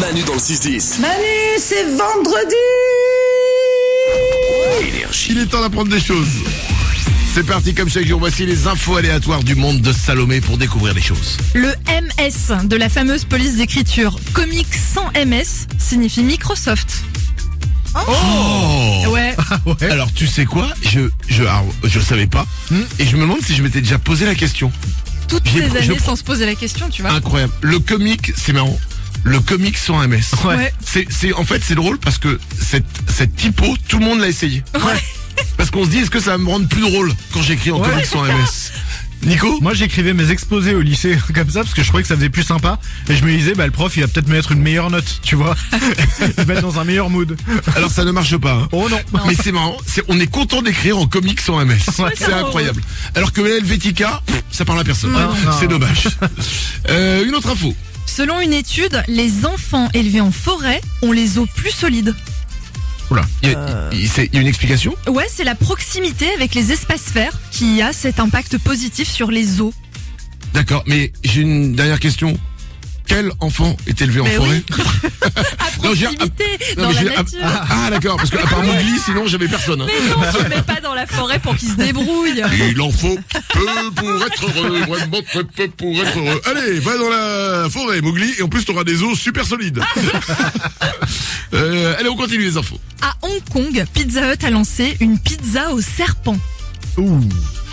Manu dans le 6-10. Manu, c'est vendredi Énergie. Il est temps d'apprendre des choses. C'est parti comme chaque jour, voici les infos aléatoires du monde de Salomé pour découvrir les choses. Le MS de la fameuse police d'écriture comique sans MS signifie Microsoft. Oh Ouais. Alors tu sais quoi Je je alors, je savais pas et je me demande si je m'étais déjà posé la question. Toutes J'ai- ces je Ah. années prends- sans se poser la question, tu vois. Incroyable. Le comique, c'est marrant. Le comique sans MS. Ouais. Ouais. C'est c'est en fait c'est drôle parce que cette cette typo, tout le monde l'a essayé. Ouais. Parce qu'on se dit est-ce que ça va me rendre plus drôle quand j'écris en comique sans MS. Nico Moi j'écrivais mes exposés au lycée comme ça parce que je trouvais que ça faisait plus sympa et je me disais bah le prof il va peut-être mettre une meilleure note tu vois il va être dans un meilleur mood Alors ça ne marche pas. hein. oh non Mais c'est marrant, c'est- on est content d'écrire en comics sans MS. c'est incroyable. Alors que Helvetica, pff, ça parle à personne. c'est dommage. Euh, une autre info. Selon une étude, les enfants élevés en forêt ont les os plus solides. Oula, il y, a- il- c'est- il y a une explication Ouais, c'est la proximité avec les espaces verts qui a cet impact positif sur les os. D'accord, mais j'ai une dernière question. Quel enfant est élevé en Mais forêt À Non, j'ai- proximité, Non, dans mais la j'ai- ah, nature. Ah, ah, d'accord, parce que à part Mowgli, sinon j'avais personne. hein. Mais non, tu le mets pas dans la forêt pour qu'ils se débrouillent. Il en faut peu pour être heureux, vraiment très peu pour être heureux. Allez, va dans la forêt, Mowgli, et en plus t'auras des os super solides. Euh, allez, on continue les infos. À Hong Kong, Pizza Hut a lancé une pizza au serpent.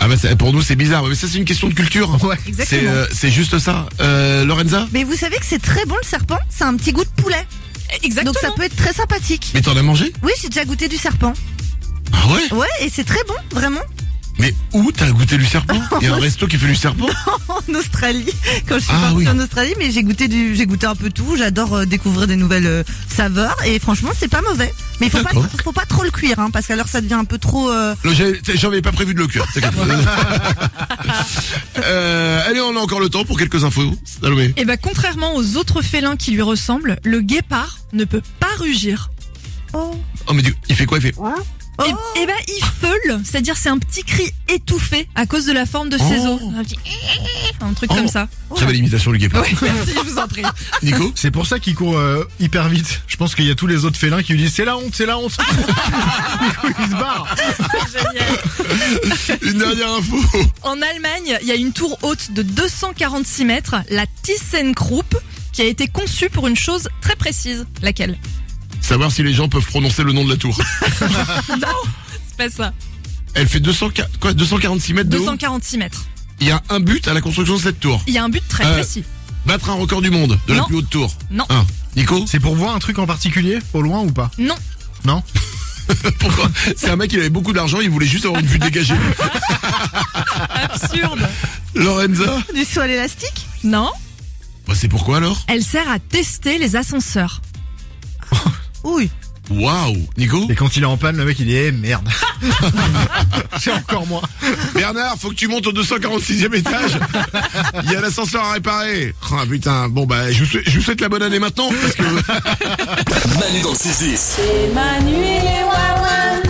Ah bah ça- pour nous c'est bizarre, mais ça c'est une question de culture. Ouais. Exactement. C'est euh, c'est juste ça. Euh, Lorenza Mais vous savez que c'est très bon le serpent, c'est un petit goût de poulet. Exactement. Donc ça peut être très sympathique. Mais t'en as mangé Oui, j'ai déjà goûté du serpent. Ah ouais Ouais, et c'est très bon, vraiment. Mais où t'as goûté du serpent Il y a un resto qui fait du serpent En Australie, quand je suis Ah partie oui. en Australie, mais j'ai goûté du, j'ai goûté un peu tout. J'adore euh, découvrir des nouvelles euh, saveurs et franchement, c'est pas mauvais. Mais il faut pas, D'accord. faut pas trop le cuire, hein, parce qu'alors ça devient un peu trop. euh, Le- j'ai- J'en avais pas prévu de le cuire. c'est clair. euh, allez, on a encore le temps pour quelques infos. Salomé. Et ben contrairement aux autres félins qui lui ressemblent, le guépard ne peut pas rugir. Oh. Oh mais Dieu, il fait quoi Il fait Oh. Et, et ben il feule, c'est-à-dire c'est un petit cri étouffé à cause de la forme de ses Oh. os. Un, petit un truc Oh. comme ça. très belle imitation le guépard. Oui, merci, je vous en prie. Nico c'est pour ça qu'il court euh, hyper vite je pense qu'il y a tous les autres félins qui lui disent c'est la honte c'est la honte du coup il se barre Une dernière info. En Allemagne, il y a une tour haute de 246 mètres, la Thyssenkrupp, qui a été conçue pour une chose très précise. Laquelle Savoir si les gens peuvent prononcer le nom de la tour. Non, c'est pas ça. Elle fait 200, quoi, 246 mètres de haut. 246 mètres. Il y a un but à la construction de cette tour. Il y a un but très Euh, précis. Battre un record du monde de la Non. plus haute tour. Non. Ah, Nico c'est pour voir un truc en particulier au loin ou pas Non. non Pourquoi C'est un mec, il avait beaucoup d'argent, il voulait juste avoir une vue dégagée. Absurde. Lorenza Du saut à l'élastique Non. bah, C'est pourquoi alors Elle sert à tester les ascenseurs. Oui. Waouh Nico et quand il est en panne le mec il dit eh merde c'est encore moi Bernard, faut que tu montes au 246e étage. Il y a l'ascenseur à réparer. Ah putain, bon bah je vous, souhaite, je vous souhaite la bonne année maintenant parce que... Manu dans le 6-10. Emmanuel et Wawan.